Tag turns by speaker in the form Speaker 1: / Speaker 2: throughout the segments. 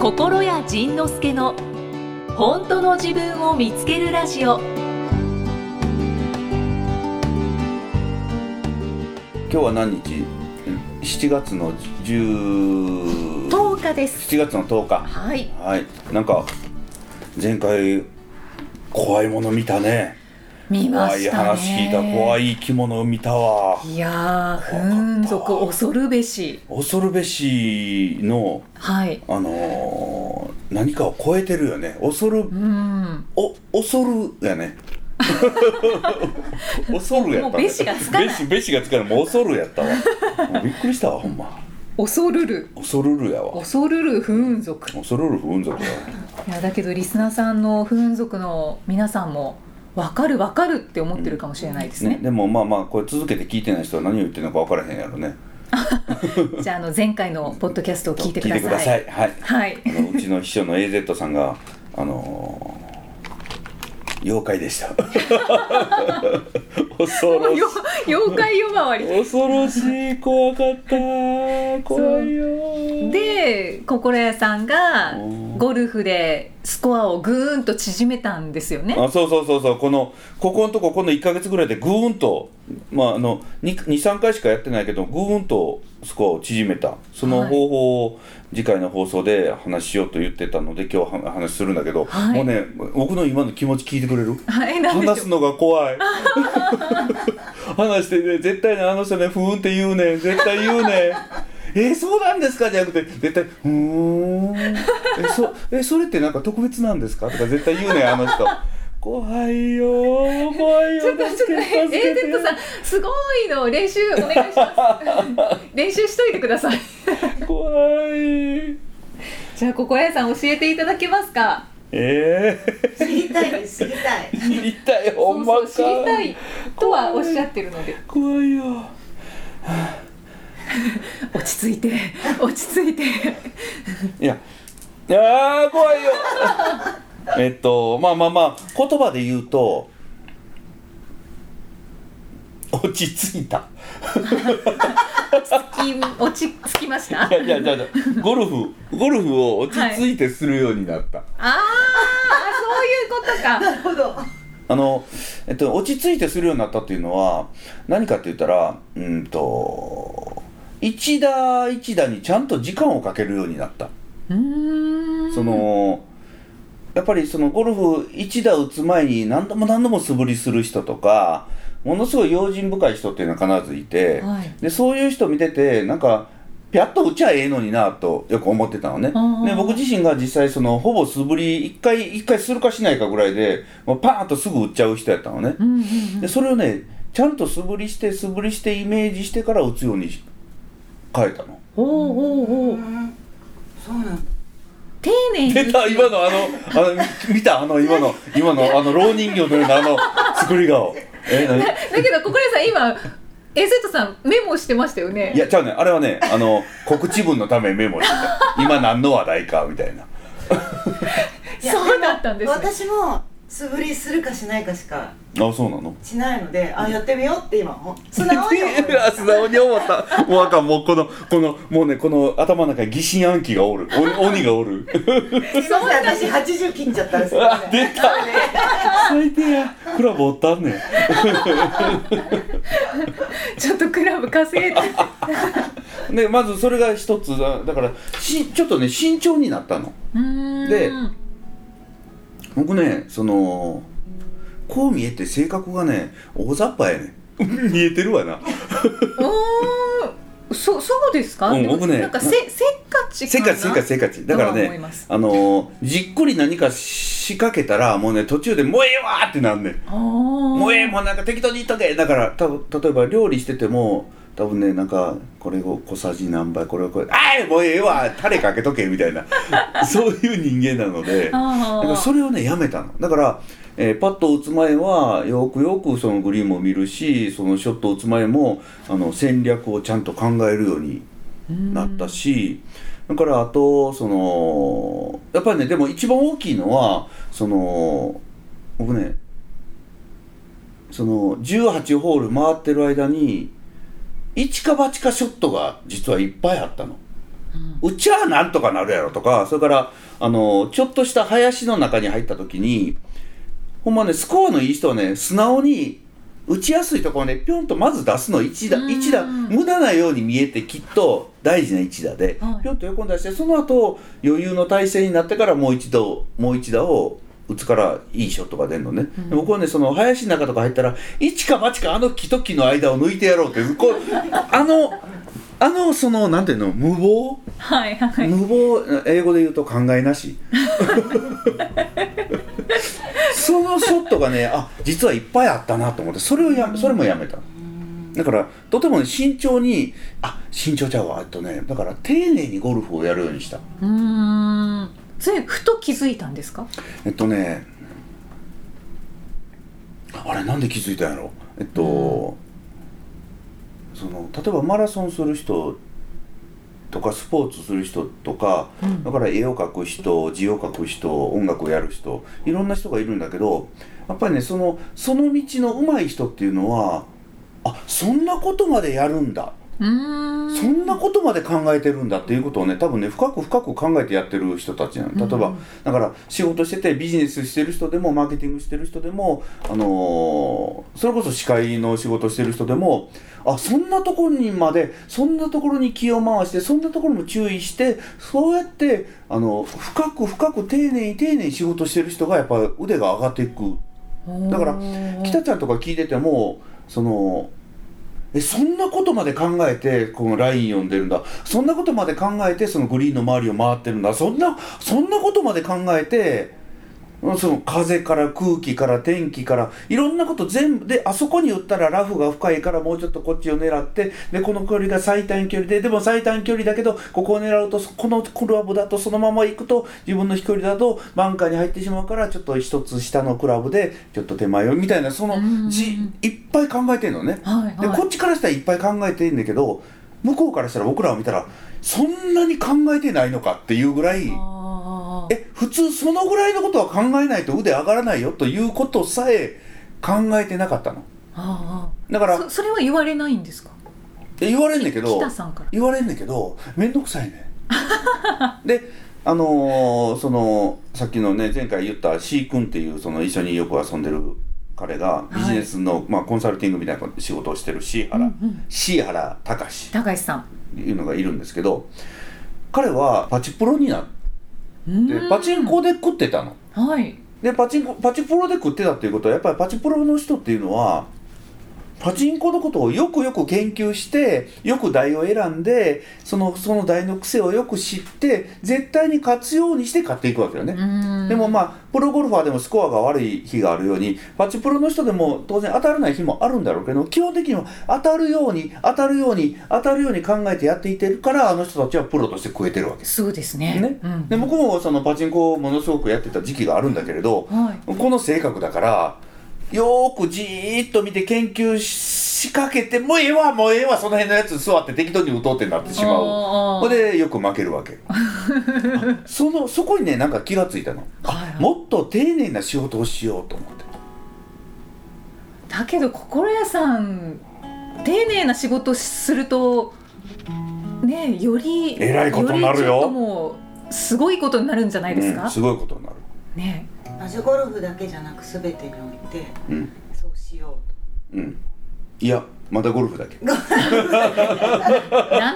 Speaker 1: 心や仁之助の本当の自分を見つけるラジオ
Speaker 2: 今日は何日7月の10
Speaker 1: 10日です
Speaker 2: 7月の10日
Speaker 1: はい
Speaker 2: はいなんか前回怖いもの見たね
Speaker 1: 見ましたね
Speaker 2: 怖い話聞いた怖
Speaker 1: い
Speaker 2: い生き物を見たわ
Speaker 1: いやー風俗恐るべし
Speaker 2: 恐るべしの
Speaker 1: はい
Speaker 2: あのー何かを超えてるよね恐る
Speaker 1: うん
Speaker 2: お恐るや ね恐るやった
Speaker 1: もうべしがつかない
Speaker 2: べしべしがつかないもう恐るやったわもうびっくりしたわほんま
Speaker 1: 恐るる
Speaker 2: 恐るるやわ
Speaker 1: 恐るる風俗
Speaker 2: 恐るる不運族やわ
Speaker 1: いやだけどリスナーさんの風俗の皆さんも分かる分かるって思ってるかもしれないです
Speaker 2: ね
Speaker 1: ね,、
Speaker 2: でもまあまあこれ続けて聞いてない人は何を言ってるのか分からへんやろね
Speaker 1: じゃああの前回のポッドキャストを聞いてください
Speaker 2: い はい
Speaker 1: はい
Speaker 2: あのうちの秘書の AZ さんがあのー妖怪でした 恐ろしい
Speaker 1: よ 妖怪呼ばわり
Speaker 2: 恐ろしい怖かった怖いよー
Speaker 1: で心屋さんが
Speaker 2: うん
Speaker 1: ゴルフでスコアをぐーんと縮めたんですよね
Speaker 2: あそうそうそうそうこのここのとここの1か月ぐらいでぐーんと、まあ、あの23回しかやってないけどぐーんとスコアを縮めたその
Speaker 1: はい
Speaker 2: 方法を次回の放送で話しようと言ってたので今日は話するんだけど、
Speaker 1: はい
Speaker 2: もうね僕の今の気持ち聞いてくれる
Speaker 1: はいなんで
Speaker 2: 話
Speaker 1: しょ
Speaker 2: す
Speaker 1: う
Speaker 2: のが怖い 話してね絶対ねあの人ねふーんって言うねん絶対言うねん えーそうなんですかじゃなくて絶対「うーんえそえそれってなんか特別なんですか?」とか絶対言うねんあの人怖いよー怖いよ
Speaker 1: ちょっとちょっと
Speaker 2: 助けて助け
Speaker 1: AZ さんすごいの練習お願いします練習しといてくだ さい
Speaker 2: て怖い
Speaker 1: じゃあ心屋さん教えていただけますか
Speaker 2: え
Speaker 3: 知りたいです知りたい
Speaker 2: ー、 知りたいほんま
Speaker 1: そ
Speaker 2: か
Speaker 1: うそう知りたいとはおっしゃってるので
Speaker 2: 怖いよ
Speaker 1: 落ち着いて落ち着いて
Speaker 2: いや、いやー怖いよ。 えっと、まあまあまあ、言葉で言うと。落ち着いた。
Speaker 1: き落ち着きました
Speaker 2: いやいやいやいや、ゴルフ、ゴルフを落ち着いてするようになった。
Speaker 1: あーあそういうことか
Speaker 3: な るほど
Speaker 2: あの、えっと、落ち着いてするようになったっていうのは、何かって言ったら、うんと。一打一打にちゃんと時間をかけるようになった。
Speaker 1: うーん
Speaker 2: そのやっぱりそのゴルフ1打打つ前に何度も何度も素振りする人とかものすごい用心深い人っていうのは必ずいて、
Speaker 1: はい
Speaker 2: でそういう人見ててなんかピャッと打ちゃええのになとよく思ってたのね
Speaker 1: うんうん
Speaker 2: で僕自身が実際そのほぼ素振り1回一回するかしないかぐらいでもうパーンとすぐ打っちゃう人やったのね
Speaker 1: うんうんうん
Speaker 2: でそれをねちゃんと素振りして素振りしてイメージしてから打つようにし変えたの
Speaker 1: おうおうおう
Speaker 3: う
Speaker 1: ん
Speaker 3: そうなの
Speaker 1: 丁寧に
Speaker 2: 出た今のあのあのみ見たあの今の今のあの老人形のようなあの作り顔え な
Speaker 1: だけど、心屋さん、今、AZ さん、メモしてましたよね。
Speaker 2: いやちゃうねあれはねあの告知文のためメモしてた今何の話題かみたいな
Speaker 1: そうだったんですね。
Speaker 3: 私も素振りするかしないかしか
Speaker 2: あそうなの
Speaker 3: しないのであやってみようって今もう素直に思いま
Speaker 2: あ 素直に思ったもうあかんもうこのこのもうねこの頭の中に疑心暗鬼がおるお鬼がおる
Speaker 3: すそう私80切っちゃったんですよ
Speaker 2: あ
Speaker 3: ね
Speaker 2: 出た最低やクラブおったんねん
Speaker 1: ちょっとクラブ稼いで。
Speaker 2: でまずそれが一つだだからしちょっとね慎重になったの
Speaker 1: うーん
Speaker 2: で僕ねそのこう見えて性格がね大雑把やね 見えてるわな
Speaker 1: うーん。そそうですか、
Speaker 2: うん
Speaker 1: でも
Speaker 2: 僕ね
Speaker 1: なんかせせっかち
Speaker 2: せ
Speaker 1: か
Speaker 2: っ
Speaker 1: な
Speaker 2: かちせっかちせっかちだから
Speaker 1: とは思い
Speaker 2: ね
Speaker 1: ます
Speaker 2: あのーじっくり何か仕掛けたらもうね途中で「もうええわ!」ってなんねん
Speaker 1: あー
Speaker 2: 「もうええもうなんか適当に言っとけ!」だから多分例えば料理してても多分ねなんかこれを小さじ何杯これをこれ「あいもうええわタレかけとけ!」みた いなそういう人間なので。
Speaker 1: あ
Speaker 2: だからそれをねやめたのだから、えーパットを打つ前はよくよくそのグリーンも見るしそのショットを打つ前もあの戦略をちゃんと考えるようになったし、だからあとそのやっぱりねでも一番大きいのはその僕ねその18ホール回ってる間に一か八かショットが実はいっぱいあったの。うちはなんとかなるやろとか、それから、あの、ちょっとした林の中に入った時に、ほんまね、スコアのいい人はね、素直に、打ちやすいところね、ぴょんとまず出すの1打、
Speaker 1: うん
Speaker 2: 一打、無駄なように見えてきっと大事な1打で
Speaker 1: は、い
Speaker 2: ぴょんと横に出して、その後、余裕の体勢になってからもう一度、もう一打を打つからいいショットが出るのね。
Speaker 1: うん
Speaker 2: で僕はね、その林の中とか入ったら、一か八かあの木と木の間を抜いてやろうって、こう、あの、あの、その、なんていうの、無謀
Speaker 1: はいはい
Speaker 2: 無謀英語で言うと考え なしそのショットがねあ実はいっぱいあったなと思ってそれをやそれもやめただからとてもね慎重にあ慎重ちゃうわえっとねだから丁寧にゴルフをやるようにした
Speaker 1: うーんそれふと気づいたんですか
Speaker 2: えっとねあれなんで気づいたんやろえっと、その例えばマラソンする人とかスポーツする人とか、
Speaker 1: うん
Speaker 2: だから絵を描く人字を描く人音楽をやる人いろんな人がいるんだけどやっぱりねそのその道の上手い人っていうのはあそんなことまでやるんだ
Speaker 1: うーん
Speaker 2: そんなことまで考えてるんだっていうことをね多分ね深く深く考えてやってる人たちなの例えば、
Speaker 1: うん
Speaker 2: だから仕事しててビジネスしてる人でもマーケティングしてる人でも、あのーそれこそ司会の仕事してる人でもあそんなところにまでそんなところに気を回してそんなところも注意してそうやってあの深く深く丁寧に丁寧に仕事してる人がやっぱ腕が上がっていくだから
Speaker 1: おー
Speaker 2: 北ちゃんとか聞いててもそのえそんなことまで考えてこのライン読んでるんだそんなことまで考えてそのグリーンの周りを回ってるんだそんなそんなことまで考えてうんその風から空気から天気からいろんなこと全部であそこに打ったらラフが深いからもうちょっとこっちを狙ってでこの距離が最短距離ででも最短距離だけどここを狙うとそこのクラブだとそのまま行くと自分の飛距離だとバンカーに入ってしまうからちょっと一つ下のクラブでちょっと手前をみたいなそ
Speaker 1: う
Speaker 2: の
Speaker 1: ん
Speaker 2: じいっぱい考えてんのね。
Speaker 1: はい
Speaker 2: で
Speaker 1: はい
Speaker 2: こっちからしたらいっぱい考えてんだけど向こうからしたら僕らを見たらそんなに考えてないのかっていうぐらい。
Speaker 1: あー
Speaker 2: え普通そのぐらいのことは考えないと腕上がらないよということさえ考えてなかったの
Speaker 1: あ
Speaker 2: だか
Speaker 1: ー
Speaker 2: ら
Speaker 1: そそれは言われないんですか
Speaker 2: え言われんねんけど
Speaker 1: 北さんから
Speaker 2: 言われんねんけど面倒くさいねであのーそのさっきのね前回言った C 君っていうその一緒によく遊んでる彼がビジネスの、まあ、コンサルティングみたいな仕事をしてる C
Speaker 1: うん
Speaker 2: 原、
Speaker 1: うん、
Speaker 2: C 原隆
Speaker 1: 高橋さん
Speaker 2: いうのがいるんですけど彼はパチプロになっ
Speaker 1: うー
Speaker 2: て
Speaker 1: ん
Speaker 2: パチンコで食ってたの
Speaker 1: はい
Speaker 2: でパチンコパチプロで食ってたっていうことはやっぱりパチプロの人っていうのはパチンコのことをよくよく研究してよく台を選んでそのその台の癖をよく知って絶対に勝つようにして買っていくわけよね。で
Speaker 1: で
Speaker 2: もまあプロゴルファーでもスコアが悪い日があるようにパチプロの人でも当然当たらない日もあるんだろうけど基本的には当たるように当たるように当たるように考えてやっていってるからあの人たちはプロとして食えてるわけです。
Speaker 1: そうですね
Speaker 2: ね
Speaker 1: うん
Speaker 2: で僕もそのパチンコをものすごくやってた時期があるんだけれど、
Speaker 1: はい
Speaker 2: この性格だからよーくじーっと見て研究しかけてもうええわもうええわその辺のやつ座って適当に打とうってなってしまう
Speaker 1: あー
Speaker 2: ほんでよく負ける わけあそのそこにねなんか気がついたの
Speaker 1: はいはい
Speaker 2: もっと丁寧な仕事をしようと思って
Speaker 1: だけど心屋さん丁寧な仕事するとねより
Speaker 2: えらいことになる
Speaker 1: りち
Speaker 2: よ
Speaker 1: ょっともうすごいことになるんじゃないです
Speaker 2: う
Speaker 1: か
Speaker 2: ん、、すごいことになる、
Speaker 1: ね
Speaker 3: ラジゴルフだけじゃなく全てにおいて
Speaker 2: うん
Speaker 3: そうしよ
Speaker 2: うん、いやまたゴルフだけ
Speaker 1: な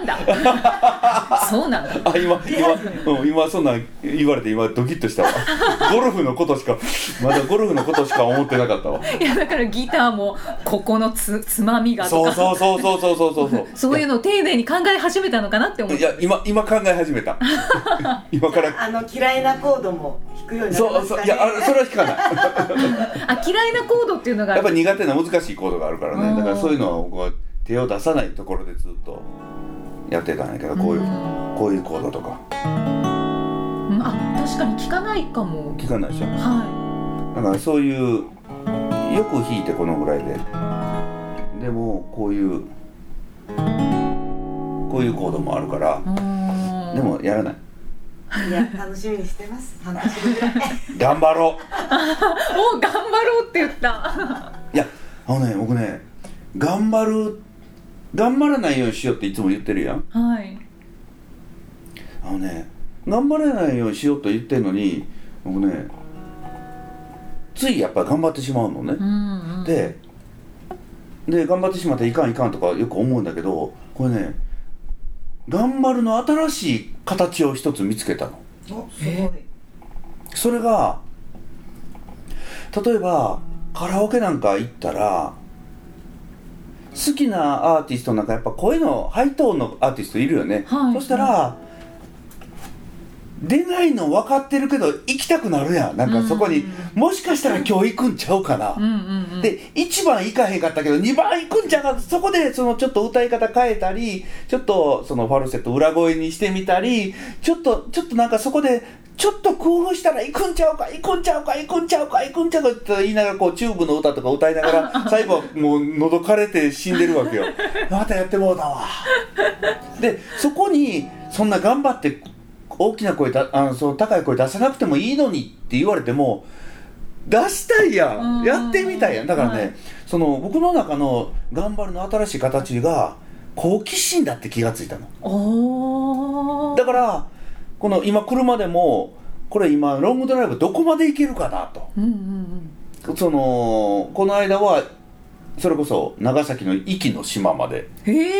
Speaker 1: んだ そうなんだ
Speaker 2: あ今今、うん、今そんなん言われて今ドキッとしたわ ゴルフのことしかまだゴルフのことしか思ってなかったわ
Speaker 1: いやだからギターもここのつつまみがと
Speaker 2: そ
Speaker 1: か
Speaker 2: うそうそうそうそうそうそうそう
Speaker 1: そういうのを丁寧に考え始めたのかなって思っ
Speaker 2: い
Speaker 1: て
Speaker 2: や今今考え始めた今
Speaker 3: う
Speaker 2: から
Speaker 3: あの嫌いなコードも弾くようになり
Speaker 2: そ
Speaker 3: ま
Speaker 2: う
Speaker 3: した
Speaker 2: そう
Speaker 3: ね
Speaker 2: いやあれそれは聞かない
Speaker 1: あ嫌いなコードっていうのが
Speaker 2: やっぱり苦手な難しいコードがあるから
Speaker 1: う
Speaker 2: ね
Speaker 1: ん
Speaker 2: だからそういうのは僕は手を出さないところでずっとやってたんやけどこういう
Speaker 1: うん
Speaker 2: こういうコードとか
Speaker 1: うんあ確かに聞かないかも
Speaker 2: 聞かないでしょ
Speaker 1: は
Speaker 2: だからそういうよく弾いてこのぐらいででもこういうこういうコードもあるから
Speaker 1: いうーん
Speaker 2: でもやらない
Speaker 3: いや楽しみにしてます半年後ぐらい
Speaker 2: 頑張ろう
Speaker 1: お頑張ろうって言った
Speaker 2: いやあのね僕ね頑張る頑張らないようにしようっていつも言ってるやん
Speaker 1: はい
Speaker 2: あのね頑張らないようにしようと言ってるのに僕ねついやっぱり頑張ってしまうのね
Speaker 1: う、んうん
Speaker 2: でで頑張ってしまったらいかんいかんとかよく思うんだけどこれね頑張るの新しい形を一つ見つけたの
Speaker 3: おすごい
Speaker 2: それが例えばカラオケなんか行ったら好きなアーティストなんかやっぱ声のハイトーンのアーティストいるよね、
Speaker 1: はい
Speaker 2: そしたら、出ないの分かってるけど行きたくなるやんなんかそこに、もしかしたら今日行くんちゃうかな、
Speaker 1: うんうんうん
Speaker 2: で1番行かへんかったけど2番行くんじゃなそこでそのちょっと歌い方変えたりちょっとそのファルセット裏声にしてみたりちょっとちょっとなんかそこでちょっと工夫したら行くんちゃうか行くんちゃうか行くんちゃうか行くんちゃうかって言いながらこうチューブの歌とか歌いなが ら最後はもう喉枯れて死んでるわけよまたやってもうたわでそこにそんな頑張って大きな声だあのその高い声出さなくてもいいのにって言われても出したいや
Speaker 1: うん
Speaker 2: んやってみたいやんだからね、
Speaker 1: はい
Speaker 2: その僕の中の頑張るの新しい形が好奇心だって気がついたの
Speaker 1: おお
Speaker 2: だからこの今車でもこれ今ロングドライブどこまで行けるかなと
Speaker 1: うんうん
Speaker 2: そのこの間はそれこそ長崎の壱岐の島まで
Speaker 1: うんええ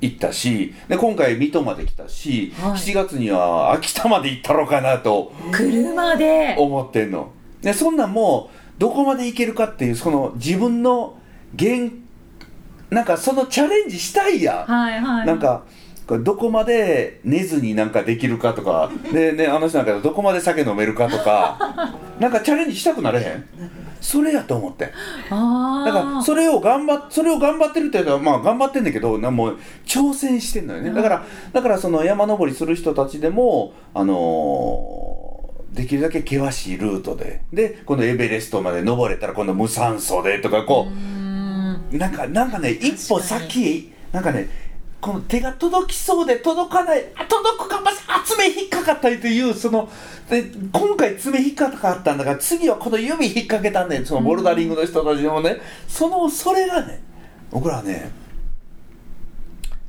Speaker 2: 行ったしで今回水戸まで来たし、
Speaker 1: はい
Speaker 2: 7月には秋田まで行ったろうかなと
Speaker 1: 車で
Speaker 2: 思ってんのでそんなんもうどこまでいけるかっていうその自分の限なんかそのチャレンジしたいやん、
Speaker 1: はいはい
Speaker 2: なんかこれどこまで寝ずになんかできるかとかでねあの人なんかどこまで酒飲めるかとかなんかチャレンジしたくなれへんそれやと思って
Speaker 1: あ
Speaker 2: だから
Speaker 1: そ
Speaker 2: それを頑張っそれを頑張ってるっていうのはまあ頑張ってんだけどなもう挑戦してんのよねだからだからその山登りする人たちでもあのーできるだけ険しいルートででこのエベレストまで登れたら今度無酸素でとかこうなんかなんかね一歩先へなんかねこの手が届きそうで届かないあ届くかもしあ爪引っかかったりというそので今回爪引っかかったんだから次はこの指引っ掛けたんだよそのボルダリングの人たちもね、そのそれがね僕らはね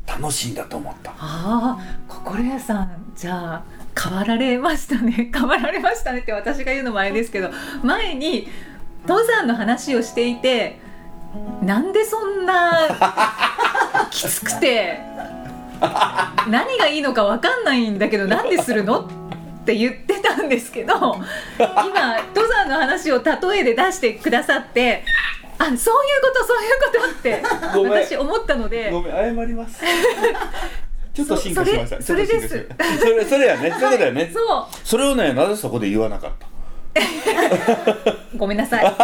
Speaker 2: 楽しいんだと思った
Speaker 1: ああ心屋さんじゃあ変わられましたね 変わられましたねって私が言うのもあれですけど前に登山の話をしていてなんでそんな きつくて何がいいのか分かんないんだけどなんでするのって言ってたんですけど今登山の話を例えで出してくださってあそういうことそういうこと
Speaker 2: ご
Speaker 1: っ
Speaker 2: めん
Speaker 1: て私思ったので。
Speaker 2: ごめん謝ります ちょっと進
Speaker 1: そ
Speaker 2: 化
Speaker 1: そ
Speaker 2: し
Speaker 1: れ
Speaker 2: ました
Speaker 1: それ
Speaker 2: ちょっと進化しましたそれそれやねそういうことやね
Speaker 1: そう
Speaker 2: それをねなぜそこで言わなかった
Speaker 1: ごめんなさい。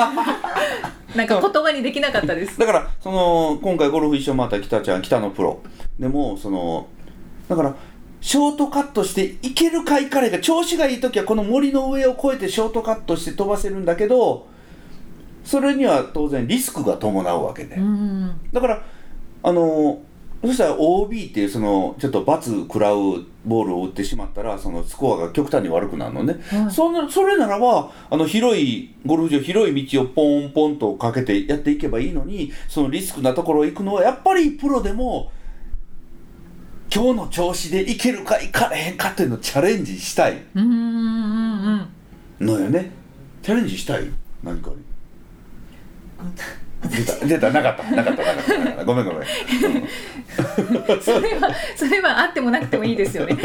Speaker 1: なんか言葉にできなかったです。
Speaker 2: だからその今回ゴルフ一緒に回った北ちゃん北のプロでもそのだからショートカットしていけるかいかないか調子がいい時はこの森の上を越えてショートカットして飛ばせるんだけどそれには当然リスクが伴うわけで、
Speaker 1: うん、
Speaker 2: だからあのそしたら OB っていうそのちょっと罰食らうボールを打ってしまったらそのスコアが極端に悪くなるのね、
Speaker 1: はい
Speaker 2: そんなそれならばあの広いゴルフ場広い道をポンポンとかけてやっていけばいいのにそのリスクなところへ行くのはやっぱりプロでも今日の調子でいけるかいかれへんかっていうのをチャレンジしたい
Speaker 1: うん、うん、うん。
Speaker 2: のよねチャレンジしたい何かに出た出たなかったなかったなかったなかったごめんごめん
Speaker 1: それは、それはあってもなくてもいいですよ ね。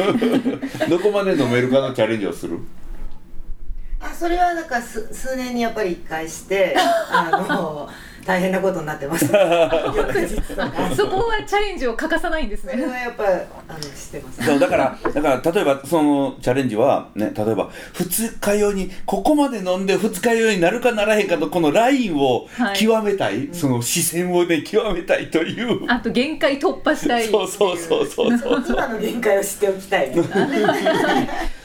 Speaker 2: どこまで飲めるかのチャレンジをする。
Speaker 3: あそれはなんか数数年にやっぱり一回してあの大変なことになってます翌日とか
Speaker 1: そこはチャレンジを欠かさないんです
Speaker 3: それ
Speaker 1: ね。
Speaker 3: はやっぱあのしてます
Speaker 2: そうだから、だから例えばそのチャレンジはね、例えば二日酔いにここまで飲んで二日酔いになるかならへんかのこのラインを
Speaker 1: はい
Speaker 2: 極めたい、その視線をね極めたいという。
Speaker 1: あと限界突破したい。
Speaker 2: そうそうそうそうそう。
Speaker 3: 今の限界を知っておきたいみたいな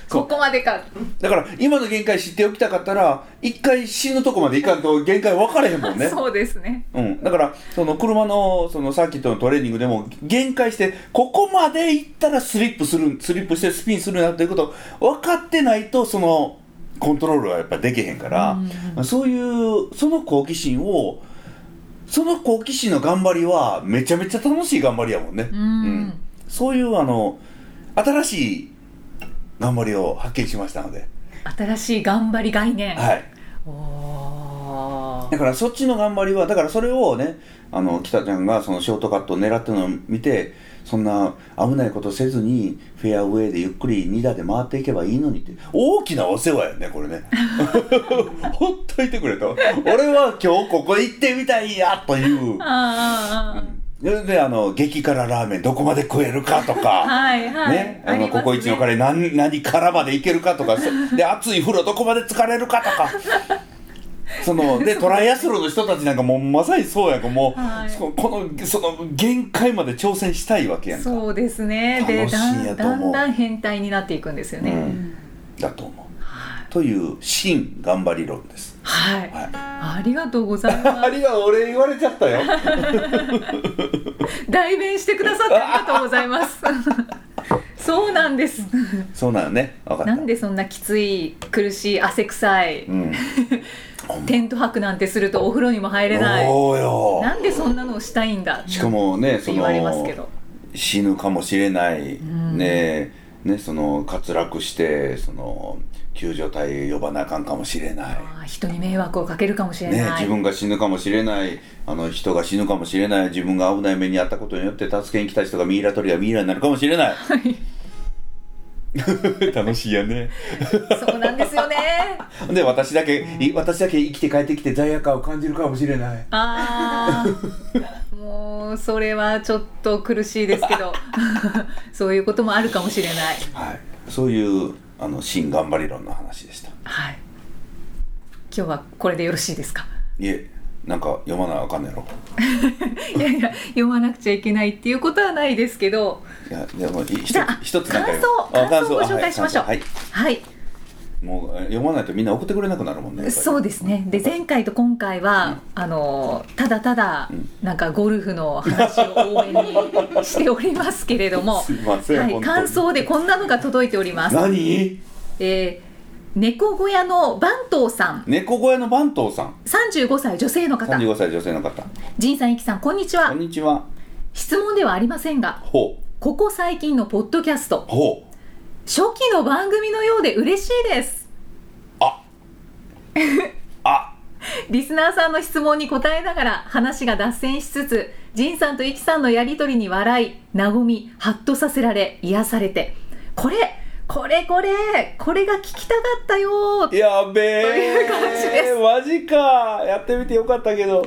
Speaker 1: ここまでか。
Speaker 2: だから今の限界知っておきたかったら、一回死ぬとこまで行かんと限界分かれへんもんね。
Speaker 1: そうですね。
Speaker 2: うん、だからその車のそのサーキットのトレーニングでも限界してここまで行ったらスリップするスリップしてスピンするなということを分かってないとそのコントロールはやっぱできへんから、そういうその好奇心をその好奇心の頑張りはめちゃめちゃ楽しい頑張りやもんね、
Speaker 1: うん
Speaker 2: そういうあの新しい頑張りを発見しましたので、
Speaker 1: 新しい頑張り概念、
Speaker 2: はい、
Speaker 1: おお
Speaker 2: だからそっちの頑張りはだからそれをねあの北ちゃんがそのショートカットを狙ってるのを見てそんな危ないことせずにフェアウェイでゆっくり2打で回っていけばいいのにって大きなお世話やねこれね ほっといてくれと俺は今日ここ行ってみたいやという
Speaker 1: あーあーあー
Speaker 2: それであの激辛ラーメンどこまで食えるかとか
Speaker 1: はいはい、
Speaker 2: ね、あ
Speaker 1: り
Speaker 2: の
Speaker 1: ますね
Speaker 2: ココイチのカレー何何からまでいけるかと かそで熱い風呂どこまで疲れるかとかそのでトライアスロンの人たちなんかもうまさにそうやんかもう、
Speaker 1: はい
Speaker 2: そこのその限界まで挑戦したいわけやんか
Speaker 1: そうですねで
Speaker 2: 楽し
Speaker 1: だ
Speaker 2: いん
Speaker 1: ん
Speaker 2: やと
Speaker 1: だ
Speaker 2: 思
Speaker 1: ん
Speaker 2: う
Speaker 1: だん変態になっていくんですよね、
Speaker 2: うんだと思うという新頑張り論です、
Speaker 1: はい
Speaker 2: は い、
Speaker 1: ありがとうございま
Speaker 2: ありがとう俺言われちゃっ たよ
Speaker 1: す代弁してくださってありがとうござい ますそうなんです
Speaker 2: そうなのね分かった
Speaker 1: なんでそんなきつい苦しい汗臭い、
Speaker 2: うん、ほんま
Speaker 1: テント泊なんてするとお風呂にも入れない
Speaker 2: そうよ
Speaker 1: なんでそんなのをしたいんだ
Speaker 2: しかもね
Speaker 1: って
Speaker 2: そ
Speaker 1: 言
Speaker 2: の
Speaker 1: われますけど
Speaker 2: 死ぬかもしれない、
Speaker 1: ん
Speaker 2: ねねその滑落してその救助隊呼ばなあかんかもしれない。
Speaker 1: あー人に迷惑をかけるかもしれ
Speaker 2: ね、
Speaker 1: ない、
Speaker 2: 自分が死ぬかもしれないあの人が死ぬかもしれない自分が危ない目に遭ったことによって助けに来た人がミイラ取りやミイラになるかもしれない 楽しいやね
Speaker 1: そうなんですよね
Speaker 2: で私だけ、い私だけ生きて帰ってきて罪悪感を感じるかもしれない
Speaker 1: ああもうそれはちょっと苦しいですけど そういうこともあるかもしれない
Speaker 2: はいそういうあの新頑張り論の話でした
Speaker 1: はい今日はこれでよろしいですか
Speaker 2: いえなんか読まなあかんねやろ
Speaker 1: いやいや読まなくちゃいけないっていうことはないですけど
Speaker 2: いや、でも、い一つ
Speaker 1: じゃあ、
Speaker 2: 一つなんか
Speaker 1: 感想
Speaker 2: あ
Speaker 1: 感想をご紹介しましょう
Speaker 2: は
Speaker 1: はい
Speaker 2: い、感想
Speaker 1: はい
Speaker 2: はいもう、え読まないとみんな送ってくれなくなるもんね。やっぱり
Speaker 1: そうですねで前回と今回は、あのただただ
Speaker 2: うん
Speaker 1: なんかゴルフの話を多めにしておりますけれども
Speaker 2: すいません
Speaker 1: は
Speaker 2: 本当
Speaker 1: い、
Speaker 2: に
Speaker 1: 感想でこんなのが届いております、
Speaker 2: 何
Speaker 1: えー、猫小屋の番頭さん
Speaker 2: 猫小屋の番頭さん。
Speaker 1: 35歳女性の方
Speaker 2: 三十五歳女性の方。
Speaker 1: 仁さんゆきさんこんにち
Speaker 2: こ
Speaker 1: は
Speaker 2: んにちは。
Speaker 1: 質問ではありませんが
Speaker 2: ほう。
Speaker 1: ここ最近のポッドキャスト
Speaker 2: ほう。
Speaker 1: 初期の番組のようで嬉しいです
Speaker 2: あ。あ。
Speaker 1: リスナーさんの質問に答えながら話が脱線しつつ仁さんとゆきさんのやりとりに笑い和みハッとさせられ癒されてこれこれこれこれが聞きたかったよー
Speaker 2: やべえ。
Speaker 1: という感じです
Speaker 2: マジか。やってみてよかったけど。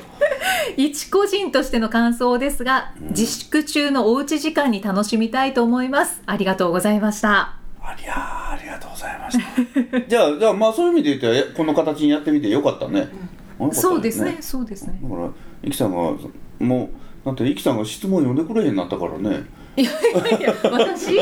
Speaker 1: 一個人としての感想ですが、自粛中のおうち時間に楽しみたいと思いますありがとうございました
Speaker 2: ありゃー、ありがとうございました。 じゃあ、じゃあ、まあ、そういう意味で言ったら、この形にやってみてよかったね。あよかった
Speaker 1: そうですねそうですね
Speaker 2: だから、イキさんが、もう、だって、イキさんが質問読んでくれへんなったからね。
Speaker 1: いやいやいや 私い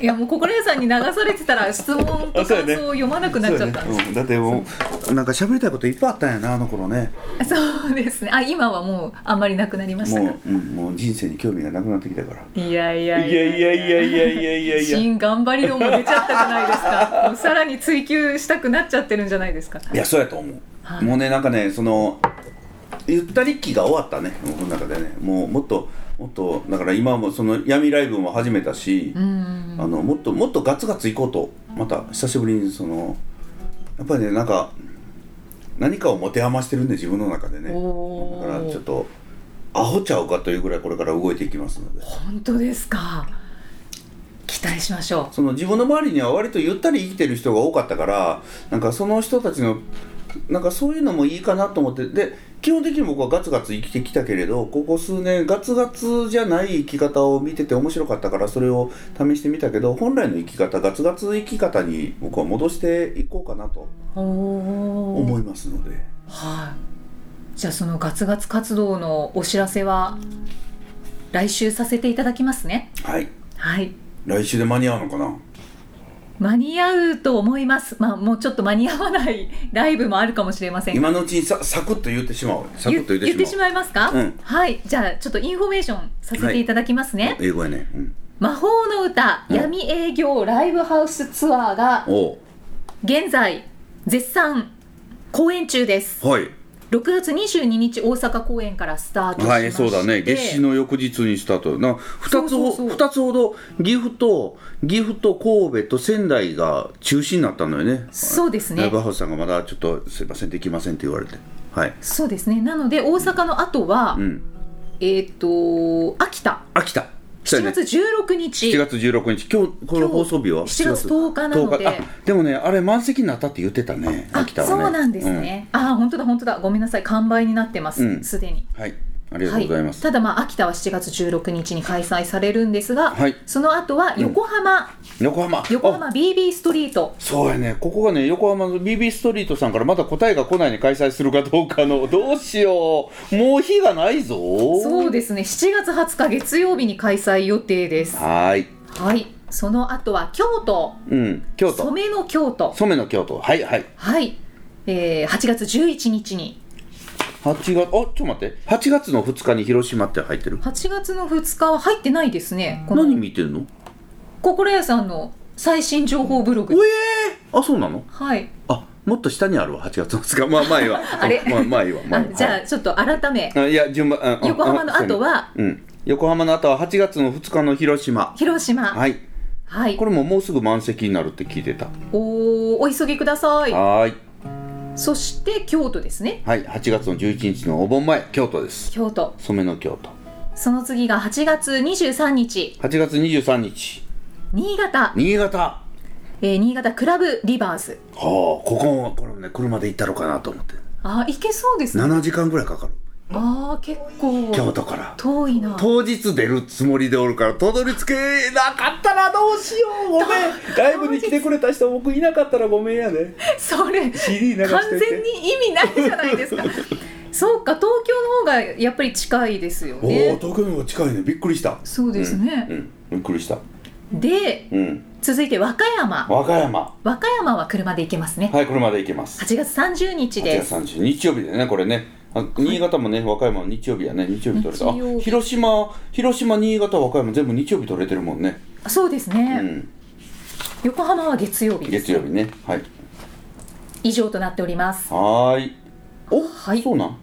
Speaker 1: やもう心屋さんに流されてたら質問と感
Speaker 2: そうや
Speaker 1: 想
Speaker 2: ね
Speaker 1: を読まなくなっちゃったんです
Speaker 2: そうやねうんだってもう、なんか喋りたいこといっぱいあったんやな、あの頃ね。
Speaker 1: そうですねあ今はもうあんまりなくなりましたか
Speaker 2: もう、うん、もう人生に興味がなくなってきたから。
Speaker 1: いやいや
Speaker 2: いやいやいやいやいやいやいや。い
Speaker 1: 新頑張り論も出ちゃったじゃないです かもうさらに追求したくなっちゃってるんじゃないですか
Speaker 2: や、そうやと思う。
Speaker 1: はい
Speaker 2: もうね、なんかね、その、ゆったり期が終わったね、僕の中でね。もう、もっと、もっと、だから今もその闇ライブも始めたし、
Speaker 1: うん
Speaker 2: あのもっともっとガツガツいこうとまた久しぶりにそのやっぱりねなんか何かを持て余してるんで自分の中でね
Speaker 1: お
Speaker 2: だ
Speaker 1: ー
Speaker 2: からちょっとアホちゃうかというぐらいこれから動いていきますので
Speaker 1: 本当ですか期待しましょ
Speaker 2: その自分の周りには割とゆったり生きてる人が多かったからなんかその人たちのなんかそういうのもいいかなと思ってで基本的に僕はガツガツ生きてきたけれどここ数年ガツガツじゃない生き方を見てて面白かったからそれを試してみたけど本来の生き方ガツガツ生き方に僕は戻していこうかなと
Speaker 1: うお
Speaker 2: 思
Speaker 1: ー
Speaker 2: いますので、
Speaker 1: はいじゃあそのガツガツ活動のお知らせは来週させていただきますね
Speaker 2: はい
Speaker 1: はい
Speaker 2: 来週で間に合うのかな
Speaker 1: 間に合うと思いますまあもうちょっと間に合わないライブもあるかもしれませんが
Speaker 2: 今のうちにさサクッと言ってしまおうサク
Speaker 1: 言
Speaker 2: ッと
Speaker 1: 言
Speaker 2: 言
Speaker 1: っ
Speaker 2: ってて
Speaker 1: し
Speaker 2: しま
Speaker 1: まいますか、
Speaker 2: うん
Speaker 1: はいじゃあちょっとインフォメーションさせていただきますね
Speaker 2: お、英語やね、うん、
Speaker 1: 魔法の歌
Speaker 2: うん
Speaker 1: 闇営業ライブハウスツアーが
Speaker 2: お
Speaker 1: 現在絶賛公演中です
Speaker 2: うはい
Speaker 1: 6月22日大阪公演からスタートしま
Speaker 2: は
Speaker 1: して、
Speaker 2: い、そうだね、月始の翌日にスタート、な
Speaker 1: そ
Speaker 2: 2
Speaker 1: う
Speaker 2: つ
Speaker 1: そう
Speaker 2: ほ
Speaker 1: そう
Speaker 2: 二つほど岐阜と、岐阜と神戸と仙台が中止になったのよね、
Speaker 1: そうですね
Speaker 2: ライブハウスさんがまだちょっとすいません、できませんって言われて、はい、
Speaker 1: そうですねなので大阪の後は、
Speaker 2: うん、
Speaker 1: えっ、と秋田
Speaker 2: 秋田、来た
Speaker 1: 7
Speaker 2: よね
Speaker 1: 月16日
Speaker 2: 7月16日、今日この
Speaker 1: 今日
Speaker 2: 放送日は
Speaker 1: 7月10日なので
Speaker 2: 10日あでもね、あれ、満席になったって言ってたね、
Speaker 1: あ
Speaker 2: 秋田はね。
Speaker 1: そうなんですね、ああ本当だ本当だごめんなさい完売になってま
Speaker 2: う
Speaker 1: す
Speaker 2: ん
Speaker 1: すで、に
Speaker 2: うん。はい、ありがとうございます。
Speaker 1: ただまあ秋田は7月16日に開催されるんですが、
Speaker 2: はい
Speaker 1: その後は横浜、
Speaker 2: 横浜
Speaker 1: 横
Speaker 2: あ
Speaker 1: 浜 BB ストリート
Speaker 2: そうやね、ここがね、横浜の BB ストリートさんからまだ答えが来ないに開催するかどうかの、 どうしよう、もう日がないぞ。
Speaker 1: そうですね7月20日月曜日に開催予定です
Speaker 2: はーい、
Speaker 1: はいその後は京都
Speaker 2: うん、京
Speaker 1: 染
Speaker 2: 都、
Speaker 1: めの京都
Speaker 2: 染めの京都、はいはい、
Speaker 1: はい、えー、8月11日に
Speaker 2: 8月、あちょっと待って、8月の2日に広島って入ってる。
Speaker 1: 8月の2日は入ってないですねこ
Speaker 2: 何
Speaker 1: の
Speaker 2: 見てるの
Speaker 1: 心屋さんの最新情報ブログ
Speaker 2: えー、あ、そうなの
Speaker 1: はい
Speaker 2: あもっと下にあるわ、8月の2日、まあまあいいわ、
Speaker 1: あれ
Speaker 2: まあまあいいわ、まあ
Speaker 1: あ
Speaker 2: いいわ
Speaker 1: じゃあちょっと改め
Speaker 2: はいあいや、順番、ああ
Speaker 1: 横浜の
Speaker 2: あ
Speaker 1: 後は
Speaker 2: そうやねうん、横浜の後は8月の2日の広島。
Speaker 1: 広島
Speaker 2: はい、
Speaker 1: はい
Speaker 2: これももうすぐ満席になるって聞いてた。
Speaker 1: おーお急ぎください
Speaker 2: はーい。
Speaker 1: そして京都ですね
Speaker 2: はい、8月の11日のお盆前、京都です。
Speaker 1: 京都
Speaker 2: 染めの京都。
Speaker 1: その次が8月23日
Speaker 2: 8月23日、
Speaker 1: 新潟、
Speaker 2: 新潟。は
Speaker 1: えー新潟クラブリバーズ
Speaker 2: あ、ここは、これもね、車で行ったのかなと思って。
Speaker 1: あー行けそうですね
Speaker 2: 7時間ぐらいかかる。
Speaker 1: あー結
Speaker 2: 京
Speaker 1: 構
Speaker 2: 都から。
Speaker 1: 遠いな
Speaker 2: 当日出るつもりでおるから、たどり着けなかったらどうしよう、ごめん。 ライブに来てくれた人、僕いなかったらごめんやね。
Speaker 1: それ
Speaker 2: CD 流してて。
Speaker 1: 完全に意味ないじゃないですかそうか東京の方がやっぱり近いですよ
Speaker 2: おお
Speaker 1: ね
Speaker 2: 東京の方が近いねびっくりした
Speaker 1: そうです
Speaker 2: う
Speaker 1: ね、
Speaker 2: んびっくりした
Speaker 1: で
Speaker 2: うん
Speaker 1: 続いて和歌山
Speaker 2: 和歌山
Speaker 1: 和歌山は車で行けますね、
Speaker 2: はい車で行けます
Speaker 1: 8月30日
Speaker 2: 8
Speaker 1: で
Speaker 2: 月
Speaker 1: す
Speaker 2: 30日曜日だよねこれねあ新潟もね、和歌山も日曜日やね日曜日取れたあ
Speaker 1: 日曜日
Speaker 2: 広島広島新潟和歌山全部日曜日取れてるもんね、
Speaker 1: そうです
Speaker 2: う
Speaker 1: ね、
Speaker 2: ん、
Speaker 1: 横浜は月曜日です
Speaker 2: 月曜日ねはい
Speaker 1: 以上となっております
Speaker 2: はーいお
Speaker 1: はい
Speaker 2: そうなん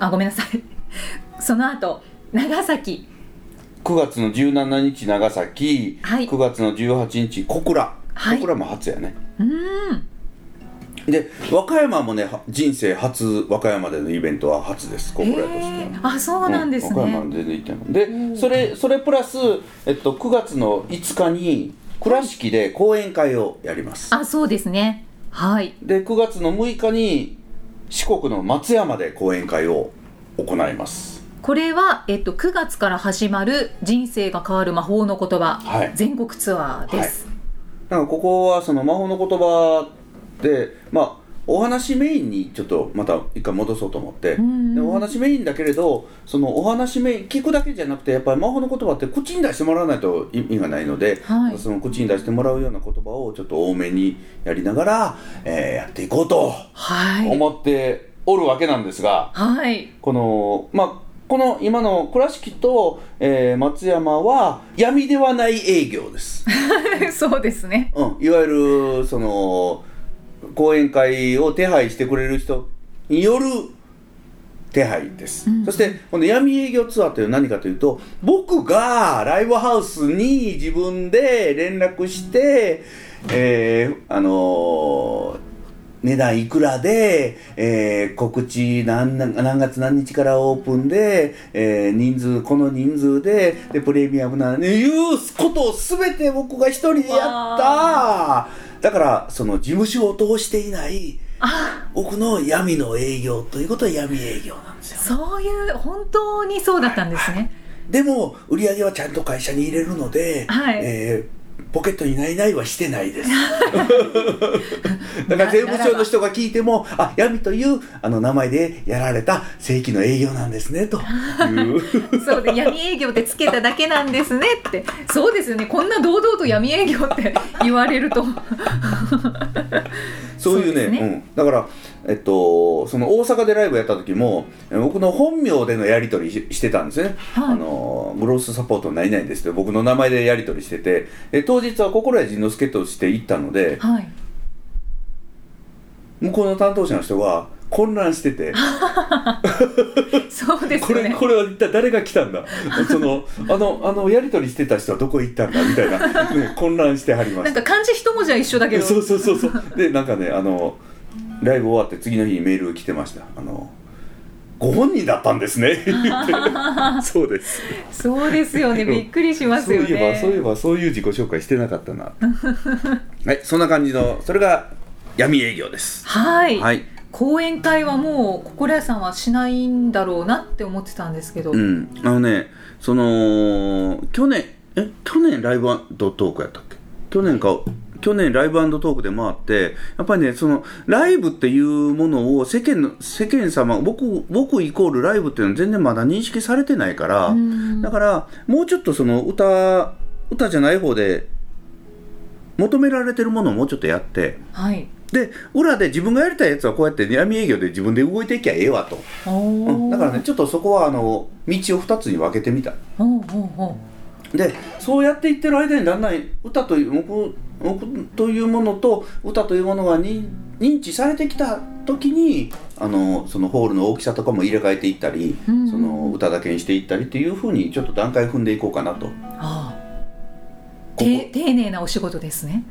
Speaker 1: あごめんなさい その後長崎
Speaker 2: 9月の17日長崎、
Speaker 1: はい
Speaker 2: 9月の18日小倉、
Speaker 1: はい
Speaker 2: 小倉も初やね
Speaker 1: うーん
Speaker 2: で和歌山もねは人生初和歌山でのイベントは初です小倉としては、
Speaker 1: えーあそうなんです
Speaker 2: 和歌
Speaker 1: ね
Speaker 2: 山の全然行ってないで、それそれプラス、えっと、9月の5日に倉敷で講演会をやります
Speaker 1: あそうですねはい
Speaker 2: で9月の6日に四国の松山で講演会を行います
Speaker 1: これは、えっと、9月から始まる「人生が変わる魔法の言葉」
Speaker 2: はい
Speaker 1: 全国ツアーです、
Speaker 2: なんかここはその魔法の言葉でまあお話メインにちょっとまた一回戻そうと思って、
Speaker 1: んうん
Speaker 2: でお話メインだけれどそのお話メイン聞くだけじゃなくてやっぱり魔法の言葉って口に出してもらわないと意味がないので、
Speaker 1: はい
Speaker 2: その口に出してもらうような言葉をちょっと多めにやりながら、えーやっていこうと
Speaker 1: はい
Speaker 2: 思っておるわけなんですが、
Speaker 1: はい
Speaker 2: このまあこの今の倉敷と、えー松山は闇ではない営業です。
Speaker 1: そうですね
Speaker 2: うん、いわゆるその講演会を手配してくれる人による手配です、
Speaker 1: うん
Speaker 2: そしてこの闇営業ツアーというのは何かというと僕がライブハウスに自分で連絡して、えーあのー値段いくらで、えー告知何な何月何日からオープンで、えー人数この人数ででプレミアムないうことを全て僕が一人でやっただからその事務所を通していない
Speaker 1: あ
Speaker 2: 僕の闇の営業ということは闇営業なんですよ
Speaker 1: そういう本当にそうだったんですね
Speaker 2: でも売り上げはちゃんと会社に入れるので、
Speaker 1: はい
Speaker 2: えーポケットにないないはしてない ですだから税務署の人が聞いてもあ闇というあの名前でやられた正規の営業なんですね という
Speaker 1: そうで闇営業ってつけただけなんですねってそうですよねこんな堂々と闇営業って言われると
Speaker 2: そうい
Speaker 1: そ
Speaker 2: う
Speaker 1: うで
Speaker 2: ね
Speaker 1: すね
Speaker 2: うん、だから、えっと、その大阪でライブやった時もえ僕の本名でのやり取りししてたんですね、
Speaker 1: はい
Speaker 2: あのグロースサポートになりないんですけど僕の名前でやり取りしててで当日は心谷仁之助として行ったので、
Speaker 1: はい
Speaker 2: 向こうの担当者の人が「
Speaker 4: 混乱してて、
Speaker 1: そうです
Speaker 4: こ
Speaker 1: よ
Speaker 4: れ
Speaker 1: ね
Speaker 4: これは一体誰が来たんだ そのあのあのやり取りしてた人はどこ行ったんだみたいな、 ね、混乱してはりま
Speaker 1: なん
Speaker 4: し
Speaker 1: か漢字一文字は一緒だけ
Speaker 4: た
Speaker 1: ど
Speaker 4: そうそうそうそうでなんかねあのライブ終わって次の日にメール来てましたあのご本人だったん ですね言ってそうです
Speaker 1: そうですよねびっくりしますよね
Speaker 4: そういえばそういえばそういう自己紹介してなかったなはいそんな感じのそれが闇営業です
Speaker 1: はい、
Speaker 4: はい
Speaker 1: 講演会はもう心屋さんはしないんだろうなって思ってたんですけど、
Speaker 4: うん、あのねその去年え去年ライブトークやったっけ去年か去年ライブトークで回ってやっぱりねそのライブっていうものを世間の世間様僕僕イコールライブっていうのは全然まだ認識されてないから、
Speaker 1: うん
Speaker 4: だからもうちょっとその歌歌じゃない方で求められてるものをもうちょっとやって
Speaker 1: はい
Speaker 4: で裏で自分がやりたいやつはこうやって闇営業で自分で動いていきゃええわと。
Speaker 1: お
Speaker 4: うん
Speaker 1: ー
Speaker 4: だからねちょっとそこはあの道を2つに分けてみた
Speaker 1: おうおうおう
Speaker 4: でそうやっていってる間にだんだん歌という僕僕というものと歌というものがに認知されてきた時にあのそのホールの大きさとかも入れ替えていったり、
Speaker 1: うんうん
Speaker 4: その歌だけにしていったりっていうふうにちょっと段階踏んでいこうかなと。
Speaker 1: ああ
Speaker 4: こ
Speaker 1: て
Speaker 4: こ
Speaker 1: 丁寧なお仕事ですね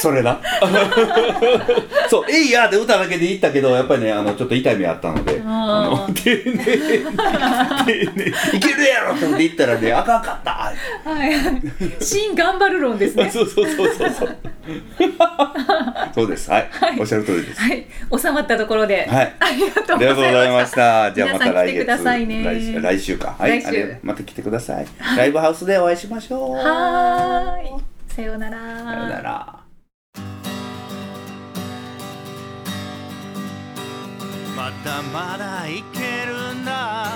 Speaker 4: それな そう「えいや」で歌だけでいったけどやっぱりねあのちょっと痛い目あったので
Speaker 1: あー
Speaker 4: あの丁寧に丁寧に「いけるやろ!」と思って言ったらね「あかんかった!」
Speaker 1: はいはい新頑張る論ですね
Speaker 4: そうそうそうそうそう。 そうです。はい。おっしゃる通りです。
Speaker 1: はい収まったところで、
Speaker 4: はい
Speaker 1: ありがと
Speaker 4: あ
Speaker 1: う
Speaker 4: りがとうご
Speaker 1: ご
Speaker 4: ざ
Speaker 1: ざい
Speaker 4: い
Speaker 1: ま
Speaker 4: ま
Speaker 1: し
Speaker 4: したた。じゃあまた来
Speaker 1: 皆さん来てく
Speaker 4: 月、
Speaker 1: ださいね
Speaker 4: 来週来週か。はい。
Speaker 1: 来週
Speaker 4: あれまた来てください。ライブハウスでお会いしましょう。
Speaker 1: はーいさようなら
Speaker 4: さようなら。
Speaker 2: まだまだいけるんだ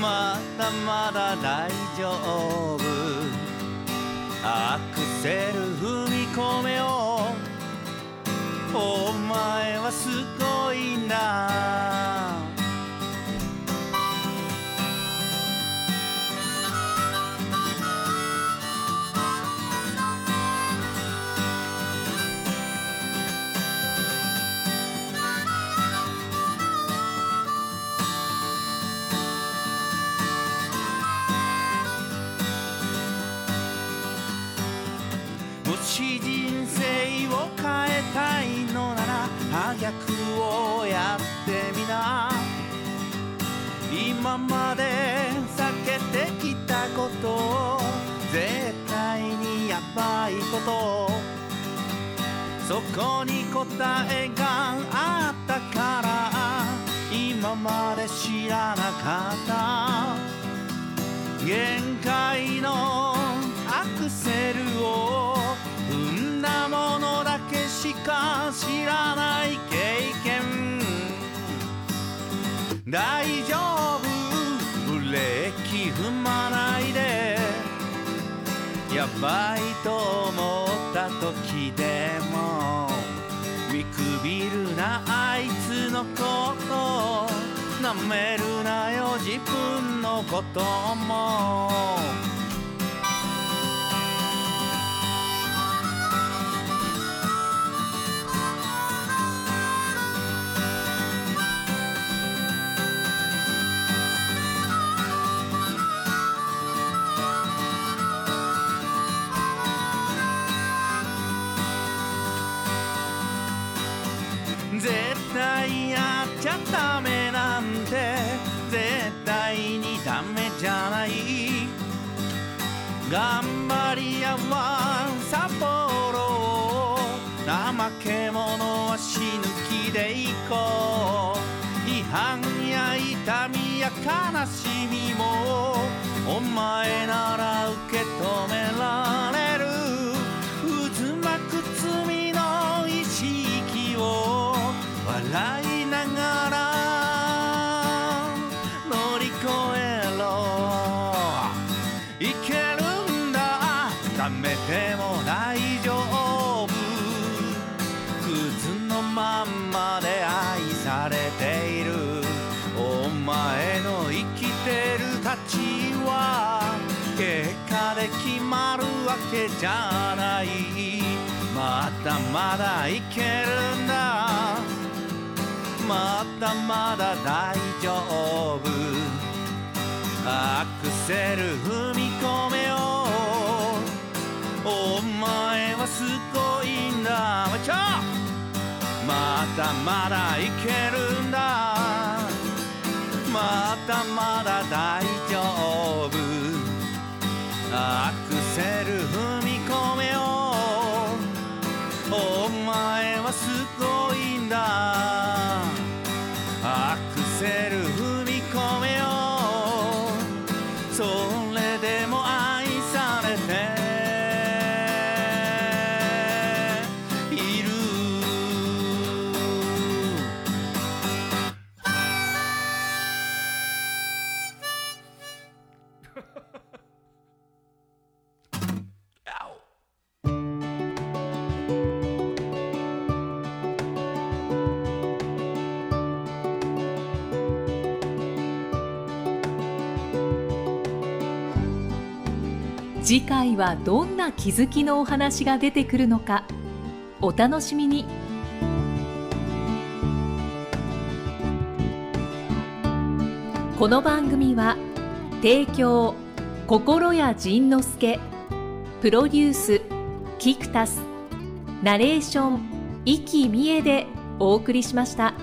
Speaker 2: まだまだ大丈夫アクセル踏み込めよお前はすごいんだもし人生を変えたいのなら反逆をやってみな今まで避けてきたことを絶対にやばいことそこに答えがあったから今まで知らなかった限界のアクセルを踏んだものだけしか知らない経験大丈夫ブレーキ踏まないでやばいと思った時でも見くびるなあいつのことなめるなよ自分のことも絶対やっちゃダメなんて絶対にダメじゃない頑張り屋は札幌怠け者は死ぬ気で行こう批判や痛みや悲しみもお前なら受け止められる渦巻く罪の意識を笑いながら乗り越えろいけるんだダメでも大丈夫クズのまんまで愛されているお前の生きてる価値は結果で決まるわけじゃないまだまだいけるんだまだまだ大丈夫アクセル踏み込めよお前はすごいんだマチョまだまだいけるんだまだまだ大丈夫アクセル踏み込めよお前はすごいんだアクセル踏み込めよそれでも愛されている
Speaker 1: 次回はどんな気づきのお話が出てくるのかお楽しみにこの番組は提供心谷仁之助プロデュースキクタスナレーション生きみえでお送りしました。